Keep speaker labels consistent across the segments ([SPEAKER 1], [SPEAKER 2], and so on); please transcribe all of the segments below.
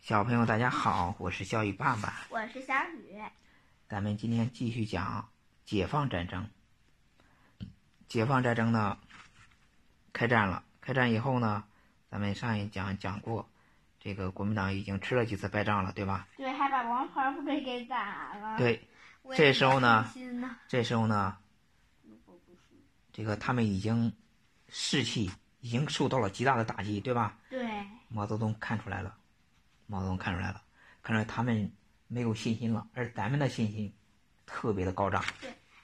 [SPEAKER 1] 小朋友，大家好，我是小雨爸爸。
[SPEAKER 2] 我是小雨。
[SPEAKER 1] 咱们今天继续讲解放战争。解放战争呢，开战了。开战以后呢，咱们上一讲讲过，这个国民党已经吃了几次败仗了，对吧？
[SPEAKER 2] 对，还把王牌部队给打了。
[SPEAKER 1] 对，
[SPEAKER 2] 我也
[SPEAKER 1] 这时候呢
[SPEAKER 2] 很伤心呐
[SPEAKER 1] 这时候呢，
[SPEAKER 2] 如果不是
[SPEAKER 1] 这个他们已经士气已经受到了极大的打击，对吧？
[SPEAKER 2] 对，
[SPEAKER 1] 毛泽东看出来了，毛泽东看出来了，看出来他们没有信心了，而咱们的信心特别的高涨。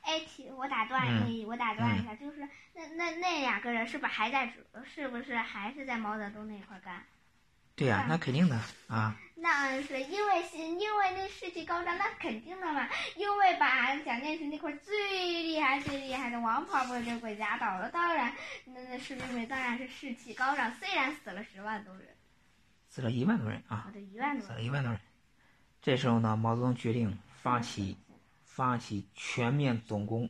[SPEAKER 2] 哎，其我打
[SPEAKER 1] 嗯
[SPEAKER 2] 断你，我打断一下，就是那那那两个人是不是还在指，是不是还是在毛泽东那块儿干？
[SPEAKER 1] 对呀、
[SPEAKER 2] 嗯
[SPEAKER 1] 那肯定的啊，
[SPEAKER 2] 那是因为是因为那士气高涨，那肯定的嘛，因为把蒋介石那块最厉害最厉害的王牌部队给打倒了，当然那那士兵们当然是士气高涨，虽然死了十万多人，
[SPEAKER 1] 死了一万多人
[SPEAKER 2] 啊
[SPEAKER 1] 啊，
[SPEAKER 2] 对，一万多
[SPEAKER 1] 死
[SPEAKER 2] 人，
[SPEAKER 1] 了一万多人。这时候呢，毛泽东决定发起发起全面总攻，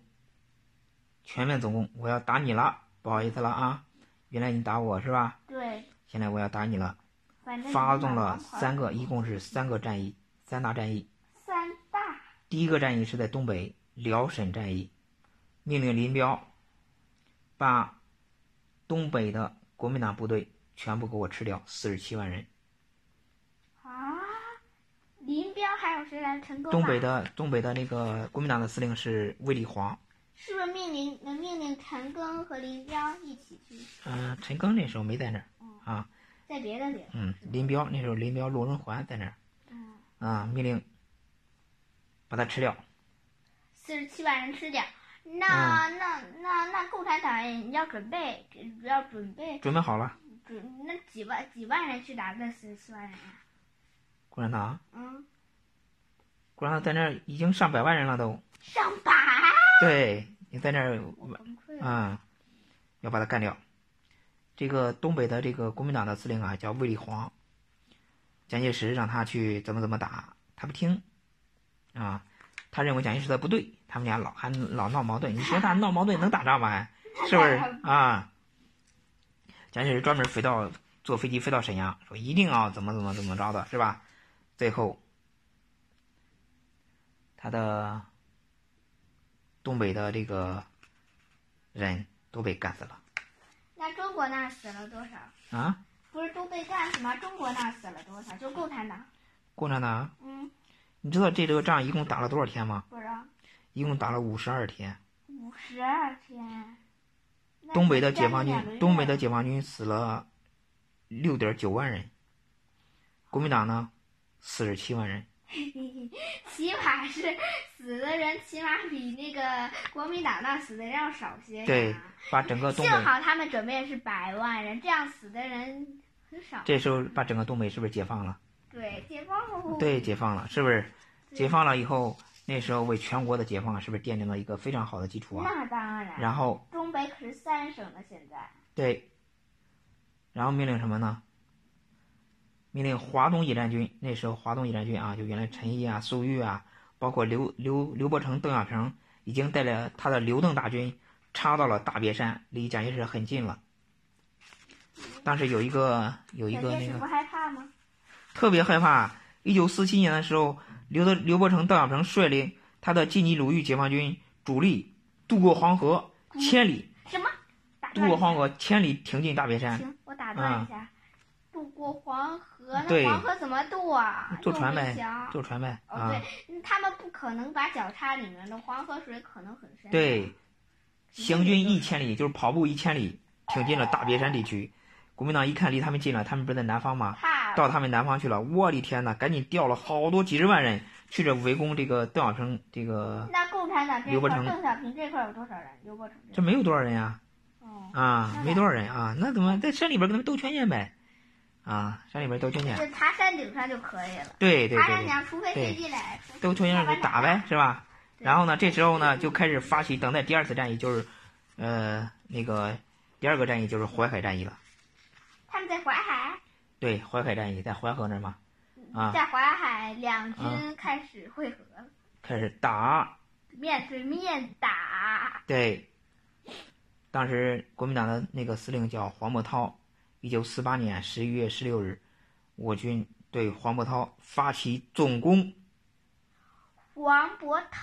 [SPEAKER 1] 全面总攻，我要打你了，不好意思了啊，原来你打我是吧？
[SPEAKER 2] 对，
[SPEAKER 1] 现在我要打你了，
[SPEAKER 2] 反正
[SPEAKER 1] 发
[SPEAKER 2] 你
[SPEAKER 1] 动
[SPEAKER 2] 把
[SPEAKER 1] 了
[SPEAKER 2] 王牌
[SPEAKER 1] 三个，一共是三个战役，三大战役。
[SPEAKER 2] 三大，
[SPEAKER 1] 第一个战役是在东北辽沈战役，命令林彪把东北的国民党部队全部给我吃掉，四十七万人。
[SPEAKER 2] 啊，林彪还有谁来？啊陈赓
[SPEAKER 1] 东
[SPEAKER 2] 吧
[SPEAKER 1] 北的东北的那个国民党的司令是卫立煌，
[SPEAKER 2] 是不是命令呃命令陈赓和林彪一起去，
[SPEAKER 1] 嗯、陈赓那时候没在那儿啊，
[SPEAKER 2] 在别的地方？
[SPEAKER 1] 嗯，林彪那时候林彪、罗荣桓在那儿
[SPEAKER 2] 嗯，
[SPEAKER 1] 啊，命令把他吃掉。
[SPEAKER 2] 四十七万人吃掉。那、
[SPEAKER 1] 嗯
[SPEAKER 2] 那那那共产党也要准备，要准备
[SPEAKER 1] 准备好了，
[SPEAKER 2] 准那几万几万人去打那四十七万人啊？
[SPEAKER 1] 共产党，
[SPEAKER 2] 嗯，
[SPEAKER 1] 共产党在那儿已经上百万人了都。
[SPEAKER 2] 上百，
[SPEAKER 1] 对，你在那儿
[SPEAKER 2] 我崩溃了。
[SPEAKER 1] 啊、要把他干掉。这个东北的这个国民党的司令啊，叫卫立煌，蒋介石让他去怎么怎么打，他不听，啊，他认为蒋介石的不对，他们俩老还老闹矛盾。你说他闹矛盾能打仗吗？还是不是啊？蒋介石专门飞到坐飞机飞到沈阳，说一定要怎么怎么怎么着的，是吧？最后，他的东北的这个人都被干死了
[SPEAKER 2] 那中国那死了多少？
[SPEAKER 1] 啊！
[SPEAKER 2] 不是都被干死吗？中国那死了多少？就共产党？
[SPEAKER 1] 共产党，
[SPEAKER 2] 嗯，
[SPEAKER 1] 你知道这这个仗一共打了多少天吗？
[SPEAKER 2] 不知道。
[SPEAKER 1] 一共打了五十二天。
[SPEAKER 2] 五十二天。那
[SPEAKER 1] 东北的
[SPEAKER 2] 就占
[SPEAKER 1] 解放
[SPEAKER 2] 了两个
[SPEAKER 1] 军，
[SPEAKER 2] 月
[SPEAKER 1] 东北的解放军死了六点九万人，国民党呢四十七万人。
[SPEAKER 2] 起码是死的人，起码比那个国民党那死的人要少些哎呀。
[SPEAKER 1] 对，把整个东
[SPEAKER 2] 幸
[SPEAKER 1] 北，
[SPEAKER 2] 好他们准备的是百万人，这样死的人很少。
[SPEAKER 1] 这时候把整个东北是不是解放了？
[SPEAKER 2] 对，解放后
[SPEAKER 1] 对，解放了，是不是？
[SPEAKER 2] 对
[SPEAKER 1] 解放了以后，那时候为全国的解放是不是奠定了一个非常好的基础啊？
[SPEAKER 2] 那当然。
[SPEAKER 1] 然后
[SPEAKER 2] 东北可是三省了，现在
[SPEAKER 1] 对，然后命令什么呢？命令华东野战军，那时候华东野战军啊，就原来陈毅啊、粟裕啊，包括刘刘刘伯承、邓小平，已经带着他的刘邓大军插到了大别山，离蒋介石很近了。当时有一个有一
[SPEAKER 2] 蒋
[SPEAKER 1] 个
[SPEAKER 2] 介
[SPEAKER 1] 那
[SPEAKER 2] 石
[SPEAKER 1] 个
[SPEAKER 2] 不害怕吗？
[SPEAKER 1] 特别害怕。一九四七年的时候，刘德刘伯承、邓小平率领他的晋冀鲁豫解放军主力渡过黄河千里，
[SPEAKER 2] 什么？打
[SPEAKER 1] 渡
[SPEAKER 2] 断
[SPEAKER 1] 过
[SPEAKER 2] 一下
[SPEAKER 1] 黄河千里挺进大别山。
[SPEAKER 2] 行，我打断一下。渡过黄河，那
[SPEAKER 1] 嗯对
[SPEAKER 2] 黄河怎么渡啊？
[SPEAKER 1] 坐船
[SPEAKER 2] 用
[SPEAKER 1] 呗
[SPEAKER 2] 木桥
[SPEAKER 1] 坐船呗
[SPEAKER 2] 哦，
[SPEAKER 1] 啊，
[SPEAKER 2] 对，他们不可能把脚踏里面的黄河水可能很深。，
[SPEAKER 1] 对，行军一千里，就是跑步一千里，挺进了大别山地区。国民党一看离他们近了，他们不是在南方吗？
[SPEAKER 2] 怕
[SPEAKER 1] 到他们南方去了，我的天呐，赶紧调了好多几十万人去这围攻这个邓小平，这个
[SPEAKER 2] 那共产党这
[SPEAKER 1] 刘伯
[SPEAKER 2] 块
[SPEAKER 1] 承
[SPEAKER 2] 儿，邓小平这块儿有多少人？刘伯承这
[SPEAKER 1] 这没有多少人呀、
[SPEAKER 2] 哦，
[SPEAKER 1] 啊，
[SPEAKER 2] 那
[SPEAKER 1] 没多少人啊，那怎么在山里边跟他们斗圈圈呗？啊，山里边斗圈圈，
[SPEAKER 2] 就爬山顶上就可以了。
[SPEAKER 1] 对对
[SPEAKER 2] 爬
[SPEAKER 1] 对
[SPEAKER 2] 山
[SPEAKER 1] 对，
[SPEAKER 2] 顶，除非飞机来。
[SPEAKER 1] 斗圈圈就打呗，是吧？
[SPEAKER 2] 对
[SPEAKER 1] 然后呢，这时候呢就开始发起等待第二次战役，就是，呃，那个第二个战役就是淮海战役了。
[SPEAKER 2] 他们在淮海，
[SPEAKER 1] 对，淮海战役在淮河那儿嘛，啊，
[SPEAKER 2] 在淮海两军开始会合了，
[SPEAKER 1] 开始打。
[SPEAKER 2] 面对面打。
[SPEAKER 1] 对，当时国民党的那个司令叫黄伯韬，一九四八年十一月十六日，我军对黄伯韬发起总攻。
[SPEAKER 2] 王伯韬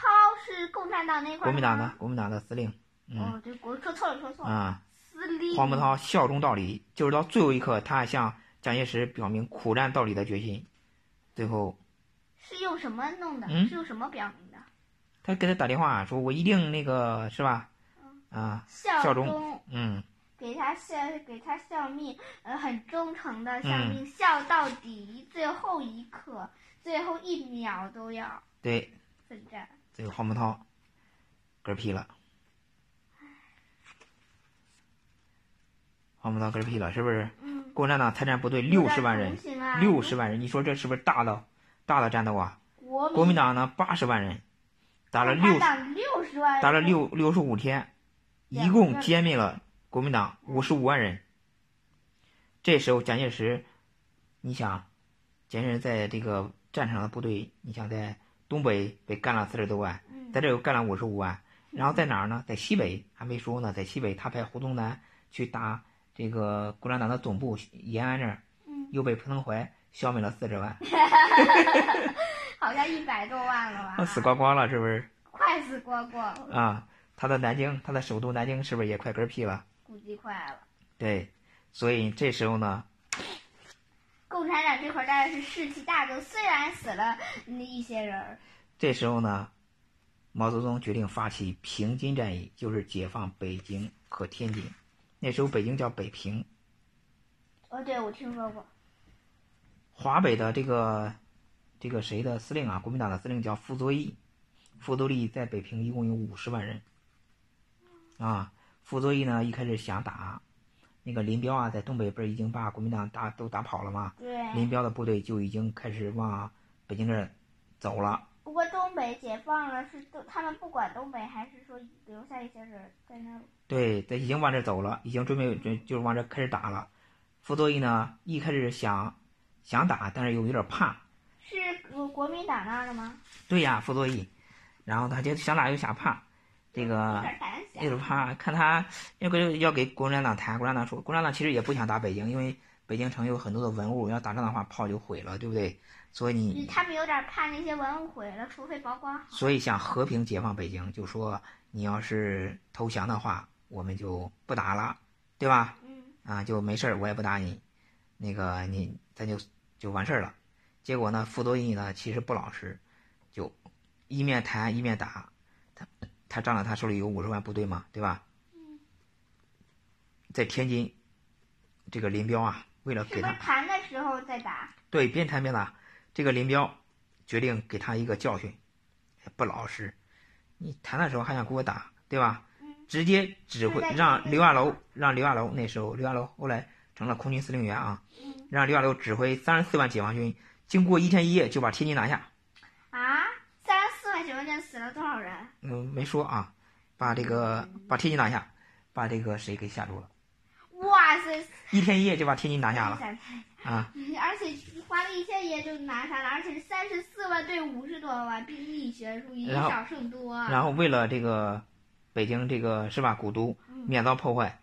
[SPEAKER 2] 是共产党那块
[SPEAKER 1] 国
[SPEAKER 2] 儿
[SPEAKER 1] 民党的
[SPEAKER 2] 吗？
[SPEAKER 1] 国民党的司令，嗯
[SPEAKER 2] 哦，对，我说错了，说错了。
[SPEAKER 1] 啊、
[SPEAKER 2] 司令
[SPEAKER 1] 黄伯韬效忠到底，就是到最后一刻，他向蒋介石表明苦战到底的决心。最后，
[SPEAKER 2] 是用什么弄的？
[SPEAKER 1] 嗯
[SPEAKER 2] 是用什么表明的？
[SPEAKER 1] 他给他打电话说：“我一定那个是吧？啊，效忠
[SPEAKER 2] 忠，
[SPEAKER 1] 嗯，
[SPEAKER 2] 给他效，给他效命，呃，很忠诚的效
[SPEAKER 1] 嗯
[SPEAKER 2] 命，效到底，最后一刻，最后一秒都要
[SPEAKER 1] 对，
[SPEAKER 2] 奋战。
[SPEAKER 1] 这个黄伯韬嗝屁了，黄伯韬嗝屁了，是不是？
[SPEAKER 2] 嗯，
[SPEAKER 1] 共产党参战部队六十万人，六十
[SPEAKER 2] 万，
[SPEAKER 1] 万人，你说这是不是大的大的战斗啊？
[SPEAKER 2] 国
[SPEAKER 1] 国民党呢八十万人，打了六
[SPEAKER 2] 六十万，
[SPEAKER 1] 打了，六六十五天，
[SPEAKER 2] 两
[SPEAKER 1] 一共
[SPEAKER 2] 个
[SPEAKER 1] 歼灭了国民党五十五万人。这时候蒋介石，你想，蒋介石在这个战场的部队，你想在东北被干了四十多万。
[SPEAKER 2] 嗯
[SPEAKER 1] 在这又干了五十五万，啊然后在哪儿呢？在西北还没说呢，在西北他派胡宗南去打这个共产党的总部延安这儿，
[SPEAKER 2] 嗯，
[SPEAKER 1] 又被彭德怀消灭了四十万，
[SPEAKER 2] 好像一百多万了吧？
[SPEAKER 1] 他 死光光了，是不是？
[SPEAKER 2] 快死光光了，
[SPEAKER 1] 啊，他的南京，他的首都南京是不是也快嗝屁了？
[SPEAKER 2] 估计快了。
[SPEAKER 1] 对，所以这时候呢，
[SPEAKER 2] 共产党这块儿当然是士气大增，虽然死了嗯一些人儿，
[SPEAKER 1] 这时候呢，毛泽东决定发起平津战役，就是解放北京和天津。那时候北京叫北平，
[SPEAKER 2] 哦，对，我听说过，
[SPEAKER 1] 华北的这个这个谁的司令啊？国民党的司令叫傅作义，傅作义在北平一共有五十万人。啊，傅作义呢一开始想打那个林彪啊，在东北不是已经把国民党打都打跑了吗？
[SPEAKER 2] 对。
[SPEAKER 1] 林彪的部队就已经开始往北京这儿走了。
[SPEAKER 2] 不过东北解放了，是都他们不管东北，还是说留下一些人在那儿？
[SPEAKER 1] 对，他已经往这走了，已经准备准就是往这开始打了。傅作义呢一开始想想打，但是又有点怕，
[SPEAKER 2] 是呃国民党那儿的吗？
[SPEAKER 1] 对呀，傅作义，然后他就想打又想怕，这
[SPEAKER 2] 有
[SPEAKER 1] 个
[SPEAKER 2] 点胆小
[SPEAKER 1] 那。种怕看他要给要给共产党谈，共产党说，共产党其实也不想打北京，因为北京城有很多的文物，要打仗的话炮就毁了，对不对？所以
[SPEAKER 2] 嗯
[SPEAKER 1] 你
[SPEAKER 2] 他们有点怕那些文物毁了，除非保管好。
[SPEAKER 1] 所以想和平解放北京，就说你要是投降的话，我们就不打了，对吧？
[SPEAKER 2] 嗯，
[SPEAKER 1] 啊，就没事儿，我也不打你，那个你咱就就完事儿了。结果呢，傅作义呢其实不老实，就一面谈一面打，他他仗着他手里有五十万部队嘛，对吧？在天津，这个林彪啊，为了
[SPEAKER 2] 是
[SPEAKER 1] 给
[SPEAKER 2] 不
[SPEAKER 1] 他
[SPEAKER 2] 是谈的时候再打？
[SPEAKER 1] 对，边谈边打。这个林彪决定给他一个教训，不老实，你谈的时候还想给我打，对吧？
[SPEAKER 2] 嗯
[SPEAKER 1] 直接指挥
[SPEAKER 2] 对对对
[SPEAKER 1] 让
[SPEAKER 2] 对
[SPEAKER 1] 刘亚楼，让刘亚楼那时候刘亚楼后来成了空军司令员啊，
[SPEAKER 2] 嗯
[SPEAKER 1] 让刘亚楼指挥三十四万解放军，经过一天一夜就把天津拿下。
[SPEAKER 2] 啊，三十四万解放军死了多少人？
[SPEAKER 1] 嗯，没说啊，把这个把天津拿下，把这个谁给吓住了，
[SPEAKER 2] 哇塞！
[SPEAKER 1] 一天一夜就把天津拿下了
[SPEAKER 2] 了，
[SPEAKER 1] 啊！
[SPEAKER 2] 嗯而且花了一千也就拿下了，而且是三十四万对五十多万，兵力悬殊，以
[SPEAKER 1] 然后
[SPEAKER 2] 少胜多。啊
[SPEAKER 1] 然后为了这个北京这个是吧古都
[SPEAKER 2] 嗯
[SPEAKER 1] 免遭破坏，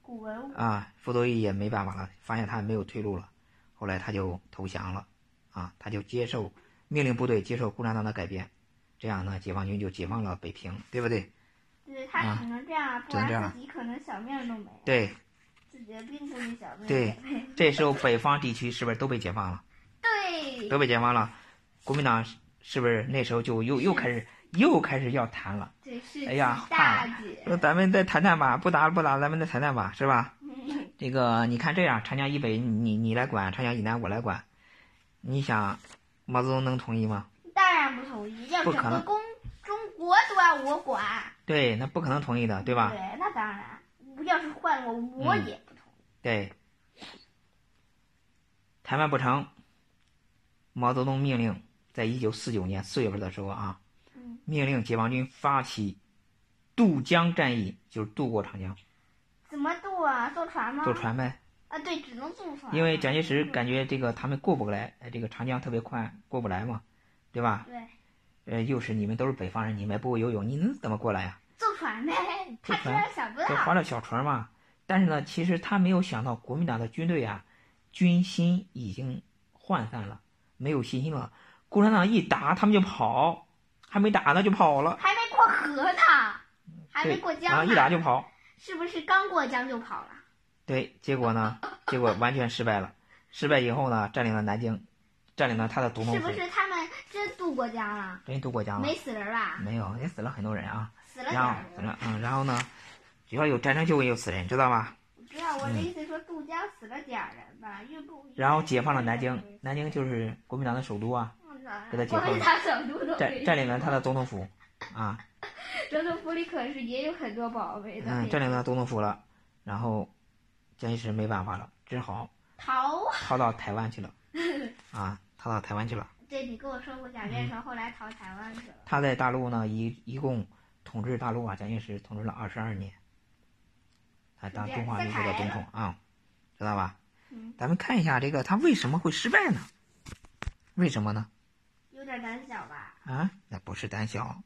[SPEAKER 2] 古文物
[SPEAKER 1] 啊，傅作义也没办法了，发现他没有退路了，后来他就投降了，啊，他就接受命令部队接受共产党的改编，这样呢，解放军就解放了北平，对不对？
[SPEAKER 2] 对他只能这样，啊
[SPEAKER 1] 啊
[SPEAKER 2] 不
[SPEAKER 1] 只能这样
[SPEAKER 2] 然自己可能小命都没了，
[SPEAKER 1] 对，
[SPEAKER 2] 自己的病估计小命
[SPEAKER 1] 对
[SPEAKER 2] 都没了
[SPEAKER 1] 这时候北方地区是不是都被解放了？
[SPEAKER 2] 对
[SPEAKER 1] 都被解放了，国民党是是不是那时候就又又开始又开始要谈了？
[SPEAKER 2] 对是
[SPEAKER 1] 哎呀呃
[SPEAKER 2] 气大姐，
[SPEAKER 1] 说咱们再谈谈吧，不打了不打了，咱们再谈谈吧，是吧？
[SPEAKER 2] 嗯
[SPEAKER 1] 这个你看这样，长江以北你你来管，长江以南我来管，你想毛泽东能同意吗？
[SPEAKER 2] 当然不同意，要
[SPEAKER 1] 不
[SPEAKER 2] 整
[SPEAKER 1] 可
[SPEAKER 2] 个
[SPEAKER 1] 能
[SPEAKER 2] 公中国都要我管，
[SPEAKER 1] 对，那不可能同意的，对吧？
[SPEAKER 2] 对，那当然，要是换我，我
[SPEAKER 1] 嗯
[SPEAKER 2] 也不同意。
[SPEAKER 1] 对，谈判不成，毛泽东命令在一九四九年四月份的时候啊，
[SPEAKER 2] 嗯，
[SPEAKER 1] 命令解放军发起渡江战役，就是渡过长江，
[SPEAKER 2] 怎么渡啊？坐船吗？
[SPEAKER 1] 坐船呗。
[SPEAKER 2] 啊，对，只能坐船，
[SPEAKER 1] 因为蒋介石感觉这个他们过不来，呃这个长江特别宽，过不来嘛，对吧？
[SPEAKER 2] 对
[SPEAKER 1] 呃，又是你们都是北方人，你们不会游泳，你们怎么过来啊呀、
[SPEAKER 2] 坐船呗，
[SPEAKER 1] 坐
[SPEAKER 2] 他
[SPEAKER 1] 船
[SPEAKER 2] 居然想不
[SPEAKER 1] 就划
[SPEAKER 2] 到，
[SPEAKER 1] 着小船嘛。但是呢，其实他没有想到国民党的军队啊，军心已经涣散了，没有信心了。共产党一打，他们就跑，还没打呢就跑了，
[SPEAKER 2] 还没过河呢，还没
[SPEAKER 1] 对
[SPEAKER 2] 过，
[SPEAKER 1] 啊，
[SPEAKER 2] 江
[SPEAKER 1] 一打
[SPEAKER 2] 呢，
[SPEAKER 1] 就跑。
[SPEAKER 2] 是不是刚过江就跑了？
[SPEAKER 1] 对，结果呢，结果完全失败了。失败以后呢，占领了南京，占领了他的独
[SPEAKER 2] 是
[SPEAKER 1] 盟
[SPEAKER 2] 不
[SPEAKER 1] 府，
[SPEAKER 2] 是他们真渡过江了？
[SPEAKER 1] 人家渡过江了
[SPEAKER 2] 没，死人吧？
[SPEAKER 1] 没有，也死了很多人啊。
[SPEAKER 2] 死了点
[SPEAKER 1] 然后
[SPEAKER 2] 儿
[SPEAKER 1] 死
[SPEAKER 2] 人。
[SPEAKER 1] 了，嗯，然后呢，只要有战争就会有死人，知道吧？
[SPEAKER 2] 我知道我的意思说渡江死了点儿人吧，越不。
[SPEAKER 1] 嗯然后解放了南京，南京就是国民党的首都啊，
[SPEAKER 2] 我操
[SPEAKER 1] 给他解放
[SPEAKER 2] 我们打首都 都
[SPEAKER 1] 占占领了他的总统府，啊，
[SPEAKER 2] 总统府里可是也有很多宝贝的。
[SPEAKER 1] 嗯，占领了总统府了，然后蒋介石没办法了，只好
[SPEAKER 2] 逃啊！
[SPEAKER 1] 逃到台湾去了，啊，逃到台湾去了。
[SPEAKER 2] 对，你跟我说过蒋
[SPEAKER 1] 嗯
[SPEAKER 2] 介石后来逃台湾去了。
[SPEAKER 1] 他在大陆呢，一一共统治大陆啊，蒋介石统治了二十二年，他当中华民国的总统啊，知道吧？
[SPEAKER 2] 嗯，
[SPEAKER 1] 咱们看一下这个他为什么会失败呢？为什么呢？
[SPEAKER 2] 有点胆小吧？
[SPEAKER 1] 啊，那不是胆小。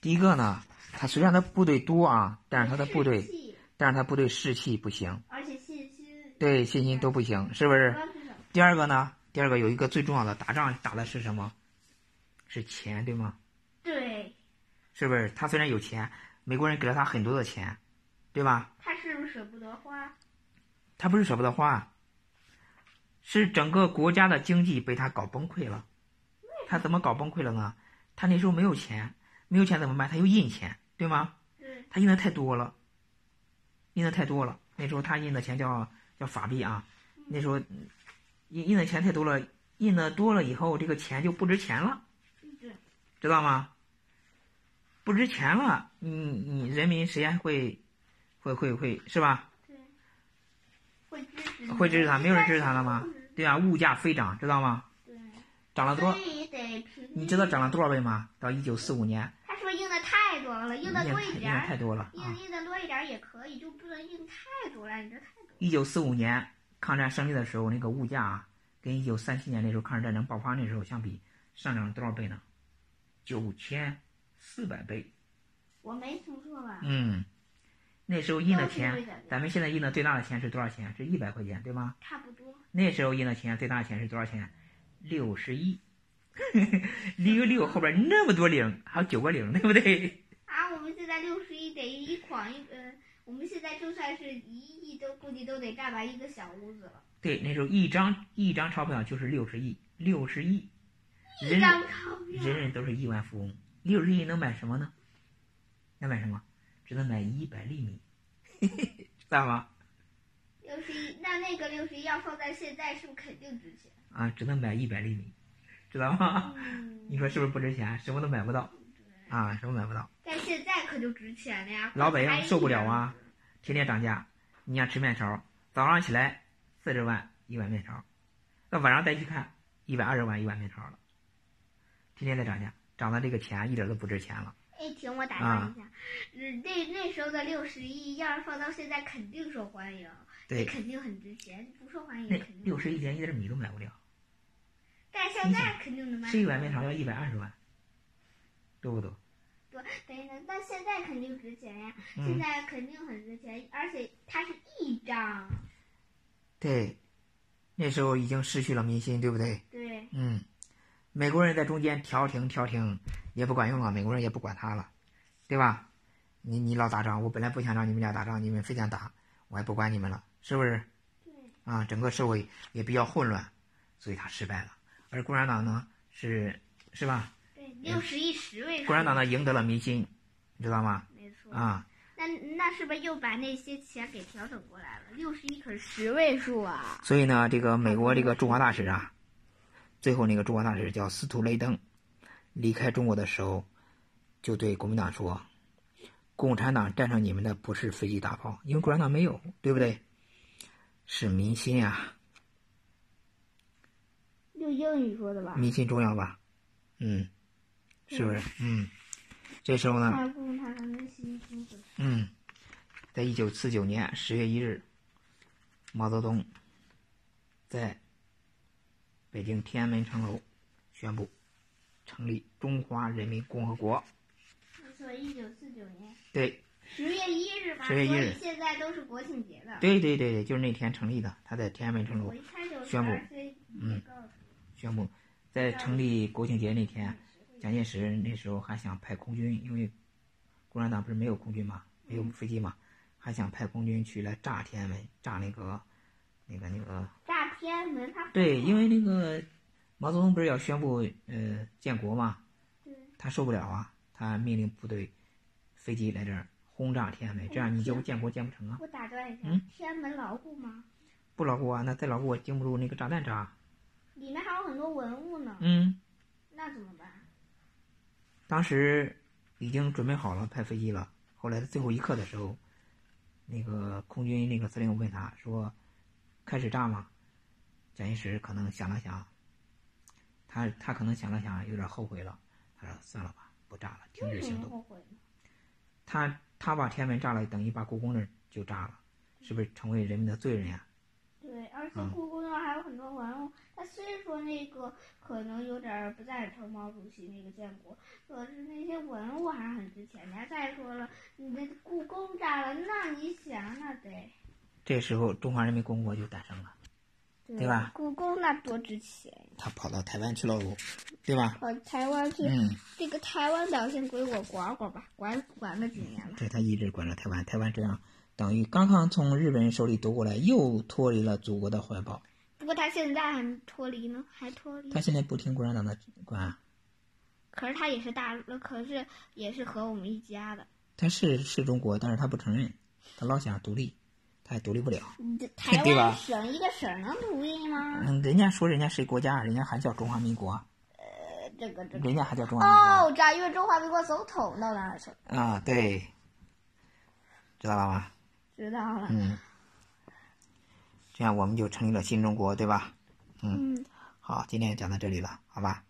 [SPEAKER 1] 第一个呢，他虽然他部队多啊，但是他的部
[SPEAKER 2] 士
[SPEAKER 1] 队，
[SPEAKER 2] 气，
[SPEAKER 1] 但是他部队士气不行，
[SPEAKER 2] 而且信心。
[SPEAKER 1] 对信心都不行，是不是？
[SPEAKER 2] 关是什么？
[SPEAKER 1] 第二个呢，第二个有一个最重要的，打仗打的是什么？是钱，对吗？
[SPEAKER 2] 对，
[SPEAKER 1] 是不是？他虽然有钱，美国人给了他很多的钱，对吧？
[SPEAKER 2] 他是不是舍不得花？
[SPEAKER 1] 他不是舍不得花，是整个国家的经济被他搞崩溃了。他怎么搞崩溃了呢？他那时候没有钱，没有钱怎么办？他又印钱，对吗？
[SPEAKER 2] 对，
[SPEAKER 1] 他印的太多了，印的太多了。那时候他印的钱叫叫法币啊，那时候嗯印印的钱太多了，印的多了以后，这个钱就不值钱了，
[SPEAKER 2] 对，
[SPEAKER 1] 知道吗？不值钱了，你你人民谁还会会会会是吧？
[SPEAKER 2] 对。会支持你，
[SPEAKER 1] 会支持他没有人支持他了吗对啊，物价飞涨，知道吗？
[SPEAKER 2] 对，
[SPEAKER 1] 涨了多
[SPEAKER 2] 所，以得平。
[SPEAKER 1] 你知道涨了？多少倍吗？到一九四五年，
[SPEAKER 2] 他说硬的太多了，硬
[SPEAKER 1] 印
[SPEAKER 2] 的
[SPEAKER 1] 太
[SPEAKER 2] 多一
[SPEAKER 1] 印
[SPEAKER 2] 点
[SPEAKER 1] 太
[SPEAKER 2] 儿，
[SPEAKER 1] 太多了啊
[SPEAKER 2] 硬！硬的多一点儿也可以，就不能硬太多了，你这太多。
[SPEAKER 1] 一九四五年抗战胜利的时候，那个物价啊，跟一九三七年那时候抗日战争爆发那时候相比，上涨了多少倍呢？九千四百倍。
[SPEAKER 2] 我没听说吧？
[SPEAKER 1] 嗯，那时候印的
[SPEAKER 2] 都是
[SPEAKER 1] 钱
[SPEAKER 2] 为，了
[SPEAKER 1] 咱们现在印的最大的钱是多少钱？啊是一百块钱，对吗？
[SPEAKER 2] 差不多。
[SPEAKER 1] 那时候印的钱最大的钱是多少钱？啊六十一， 六六后边那么多零，还有九个零，对不对？
[SPEAKER 2] 啊，我们现在六十一得一khoảng一呃，我们现在就算是一亿都估计都得占完一个小屋子了。
[SPEAKER 1] 对，那时候一张一张钞票就是六十亿，六十亿，人
[SPEAKER 2] 一
[SPEAKER 1] 人
[SPEAKER 2] 张钞
[SPEAKER 1] 人
[SPEAKER 2] 票，
[SPEAKER 1] 人都是亿万富翁，六十亿能买什么呢？能买什么？只能买一百粒米， 知道吗？
[SPEAKER 2] 六十一，那那个六十一要放在现在，是不是肯定值钱？
[SPEAKER 1] 啊，只能买一百粒米，知道吗？
[SPEAKER 2] 嗯，
[SPEAKER 1] 你说是不是不值钱？什么都买不到，啊，什么买不到，
[SPEAKER 2] 但现在可就值钱了呀！
[SPEAKER 1] 老百
[SPEAKER 2] 还
[SPEAKER 1] 姓受不
[SPEAKER 2] 一
[SPEAKER 1] 了
[SPEAKER 2] 人
[SPEAKER 1] 啊，天天涨价。你想吃面条，早上起来四十万一碗面条，到晚上再去看一百二十万一碗面条了，天天在涨价，涨的这个钱一点都不值钱了。
[SPEAKER 2] 哎，停，我打
[SPEAKER 1] 啊
[SPEAKER 2] 断一下，嗯那那时候的六十一，要是放到现在，肯定受欢迎，
[SPEAKER 1] 对
[SPEAKER 2] 肯定很值钱，不受欢迎
[SPEAKER 1] 那
[SPEAKER 2] 肯定。
[SPEAKER 1] 哎六十一连一粒米都买不了，
[SPEAKER 2] 但现在肯定能买
[SPEAKER 1] 吃一碗面条要一百二十万，多不多？
[SPEAKER 2] 多，等一等，但现在肯定值钱呀，现
[SPEAKER 1] 嗯，
[SPEAKER 2] 在肯定很值钱，而且它是一张，
[SPEAKER 1] 对，那时候已经失去了民心，对不对？
[SPEAKER 2] 对，
[SPEAKER 1] 嗯，美国人在中间调停调停也不管用了，美国人也不管他了，对吧？你你老打仗，我本来不想让你们俩打仗，你们非想打，我还不管你们了，是不是？
[SPEAKER 2] 对，
[SPEAKER 1] 啊，整个社会也比较混乱，所以他失败了。而共产党呢，是是吧？
[SPEAKER 2] 对，六十一十位数，
[SPEAKER 1] 共产哎党呢赢得了民心，你知道吗？
[SPEAKER 2] 没错。
[SPEAKER 1] 啊、
[SPEAKER 2] 那那是不是又把那些钱给调整过来了？六十一可是十位数啊，
[SPEAKER 1] 所以呢，这个美国这个驻华大使啊，最后那个驻华大使叫斯图雷登，离开中国的时候，就对国民党说：“共产党战胜你们的不是飞机大炮，因为共产党没有，对不对？是民心啊，
[SPEAKER 2] 用英语说的吧？
[SPEAKER 1] 民心重要吧？嗯，是不是？嗯，这时候呢，
[SPEAKER 2] 看共产党的辛苦可
[SPEAKER 1] 嗯，在一九四九年十月一日，毛泽东在北京天安门城楼宣布成立中华人民共和国。
[SPEAKER 2] 是说一九四九年。
[SPEAKER 1] 对，
[SPEAKER 2] 十月一日吧，
[SPEAKER 1] 10月一日
[SPEAKER 2] 所以现在都是国庆节的。
[SPEAKER 1] 对对对对，就是那天成立的。他在天安门城楼
[SPEAKER 2] 我一看就是
[SPEAKER 1] 宣布嗯
[SPEAKER 2] 12岁，你告诉我
[SPEAKER 1] 宣布，在成立国庆节那天，蒋介石那时候还想派空军，因为共产党不是没有空军嘛，没有飞机嘛，还想派空军去来炸天安门，炸那个那个那个。
[SPEAKER 2] 炸天安门他
[SPEAKER 1] 对，因为那个毛泽东不是要宣布呃建国嘛，
[SPEAKER 2] 对
[SPEAKER 1] 他受不了啊，他命令部队飞机来这儿轰炸天安门，这样你就建国建不成啊。
[SPEAKER 2] 我打断一下，
[SPEAKER 1] 嗯
[SPEAKER 2] 天安门牢固吗？
[SPEAKER 1] 不牢固啊，那再牢固我经不住那个炸弹炸。啊
[SPEAKER 2] 里面还有很多文物呢，
[SPEAKER 1] 嗯，
[SPEAKER 2] 那怎么办？
[SPEAKER 1] 当时已经准备好了派飞机了，后来最后一刻的时候，那个空军那个司令问他说：“开始炸吗？”蒋介石可能想了想，他他可能想了想，有点后悔了，他说：“算了吧，不炸了，停
[SPEAKER 2] 为
[SPEAKER 1] 止
[SPEAKER 2] 什
[SPEAKER 1] 行
[SPEAKER 2] 么
[SPEAKER 1] 动。”
[SPEAKER 2] 后悔呢？
[SPEAKER 1] 他他把天安门炸了，等于把故宫那儿就炸了，是不是成为人民的罪人呀、
[SPEAKER 2] 对，而且
[SPEAKER 1] 嗯
[SPEAKER 2] 故宫那儿还有很多文物。他虽说那个可能有点儿不赞成毛主席那个建国，可是那些文物还是很值钱的。再说了，你的故宫炸了，那你想那得
[SPEAKER 1] 这时候中华人民共和国就诞生了，对吧？
[SPEAKER 2] 故宫那多值钱！
[SPEAKER 1] 他跑到台湾去了，哦对吧？
[SPEAKER 2] 跑台湾去，
[SPEAKER 1] 嗯，
[SPEAKER 2] 这个台湾岛先归我管管吧，管管个几年吧。
[SPEAKER 1] 对他一直管着台湾，台湾这样等于刚刚从日本人手里夺过来，又脱离了祖国的怀抱。
[SPEAKER 2] 不过他现在还没脱离呢，还脱离。
[SPEAKER 1] 他现在不听共产党的管，
[SPEAKER 2] 可是他也是大陆，可是也是和我们一家的。
[SPEAKER 1] 他是是中国，但是他不承认，他老想独立，他也独立不了。
[SPEAKER 2] 你这嗯台
[SPEAKER 1] 对吧
[SPEAKER 2] 湾省一个省能独立吗？
[SPEAKER 1] 嗯，人家说人家是国家，人家还叫中华民国，啊
[SPEAKER 2] 呃，这个这个。
[SPEAKER 1] 人家还叫中华民国。
[SPEAKER 2] 哦，我知道，因为中华民国总统到哪儿去了？
[SPEAKER 1] 啊，对，知道了吗？
[SPEAKER 2] 知道了。
[SPEAKER 1] 嗯，这样我们就成立了新中国，对吧？
[SPEAKER 2] 嗯。
[SPEAKER 1] 好，今天讲到这里了，好吧？